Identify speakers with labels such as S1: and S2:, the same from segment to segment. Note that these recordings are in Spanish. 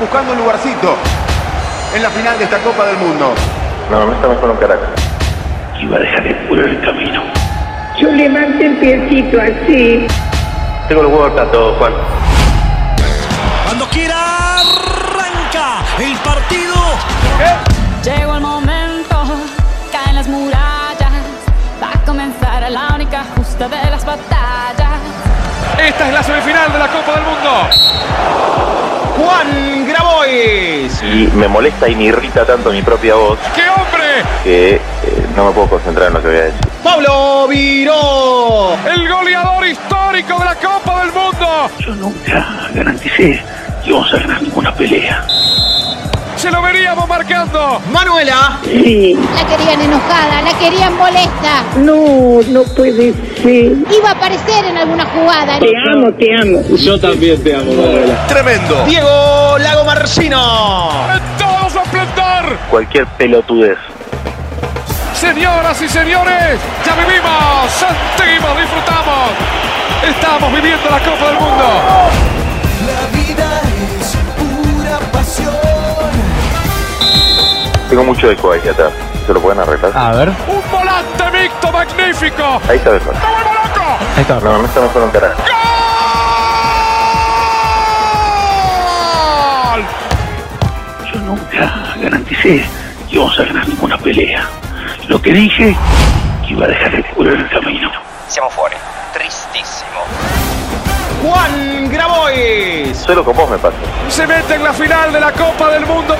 S1: buscando un lugarcito en la final de esta Copa del Mundo.
S2: No, me está mejor un carácter.
S3: Iba a dejar el puro el camino.
S4: Yo levanté el piecito así.
S3: Tengo los huevos tanto, Juan.
S5: Cuando quiera, arranca el partido.
S6: ¿Qué? Llegó el momento, caen las murallas. Va a comenzar la única justa de las batallas.
S7: Esta es la semifinal de la Copa del Mundo. Juan Grabois.
S2: Y me molesta y me irrita tanto mi propia voz.
S7: ¡Qué hombre!
S2: Que eh, no me puedo concentrar en lo que voy a decir.
S7: Pablo Viró, el goleador histórico de la Copa del Mundo.
S3: Yo nunca garanticé que íbamos a ganar ninguna pelea.
S7: Se lo veríamos marcando. Manuela.
S4: Sí.
S8: La querían enojada, la querían molesta.
S4: No, no puede ser.
S8: Iba a aparecer en alguna jugada.
S4: Te amo, te amo.
S9: Yo también te amo, Manuela.
S7: Tremendo. Diego Lago Marcino. En todo su esplendor.
S2: Cualquier pelotudez.
S7: Señoras y señores, ya vivimos, sentimos, disfrutamos. Estamos viviendo la Copa del Mundo.
S10: La vida es pura pasión.
S2: Tengo mucho eco ahí atrás. ¿Se lo pueden arreglar?
S11: A ver.
S7: Un volante mixto magnífico.
S2: Ahí está mejor.
S7: ¡Está loco!
S11: Ahí está
S2: No, no está mejor un carajo.
S7: ¡Gol!
S3: Yo nunca garanticé que íbamos a ganar ninguna pelea. Lo que dije, que iba a dejar el culo en el camino.
S12: Siamo fuori, tristissimo.
S7: Juan Grabois.
S2: Solo con vos me pasa.
S7: Se mete en la final de la Copa del Mundo.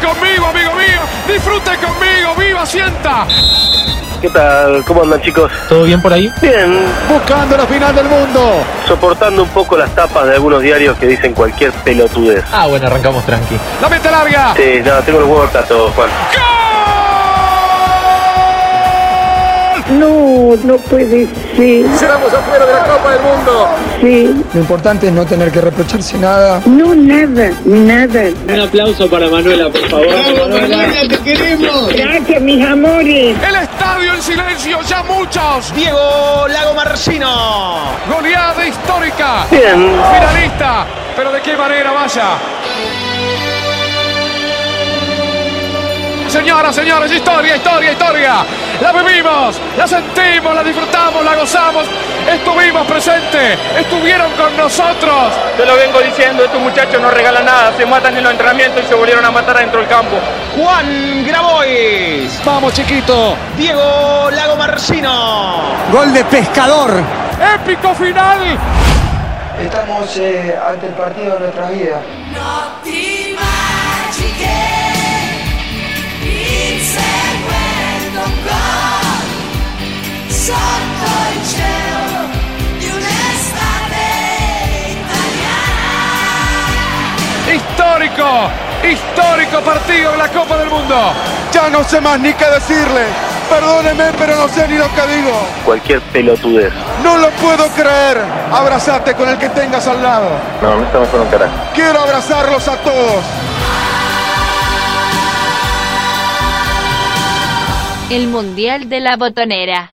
S7: conmigo, amigo mío. Disfrute conmigo, viva, sienta.
S2: ¿Qué tal? ¿Cómo andan, chicos?
S11: ¿Todo bien por ahí?
S2: Bien.
S7: Buscando la final del mundo.
S2: Soportando un poco las tapas de algunos diarios que dicen cualquier pelotudez.
S11: Ah, bueno, arrancamos tranqui.
S7: ¡La meta larga!
S2: Sí, no, tengo el huevo todo, Juan.
S7: ¡Gol!
S4: No, no puede ser.
S7: Seramos afuera de la Copa del Mundo.
S4: Sí.
S13: Lo importante es no tener que reprocharse nada.
S4: No, nada, nada.
S9: Un aplauso para Manuela, por favor.
S14: Vamos, Manuela, te queremos.
S4: Gracias, mis amores.
S7: El estadio en silencio, ya muchos. Diego Lago Marcino. Goleada histórica.
S2: Bien.
S7: Finalista. Pero de qué manera vaya. Señoras, señores, historia, historia, historia. La vivimos, la sentimos, la disfrutamos, la gozamos. Estuvimos presentes, estuvieron con nosotros.
S15: Te lo vengo diciendo, estos muchachos no regalan nada, se matan en los entrenamientos y se volvieron a matar adentro del campo.
S7: Juan Grabois. Vamos, chiquito. Diego Lago Marcino.
S13: Gol de pescador.
S7: Épico final.
S16: Estamos eh, ante el partido de nuestras vidas. No te
S7: Histórico, histórico partido en la Copa del Mundo.
S17: Ya no sé más ni qué decirle. Perdóneme, pero no sé ni lo que digo.
S2: Cualquier pelotudez.
S17: No lo puedo creer. Abrazate con el que tengas al lado.
S2: No, no está mejor un carajo.
S17: Quiero abrazarlos a todos.
S18: El Mundial de la Botonera.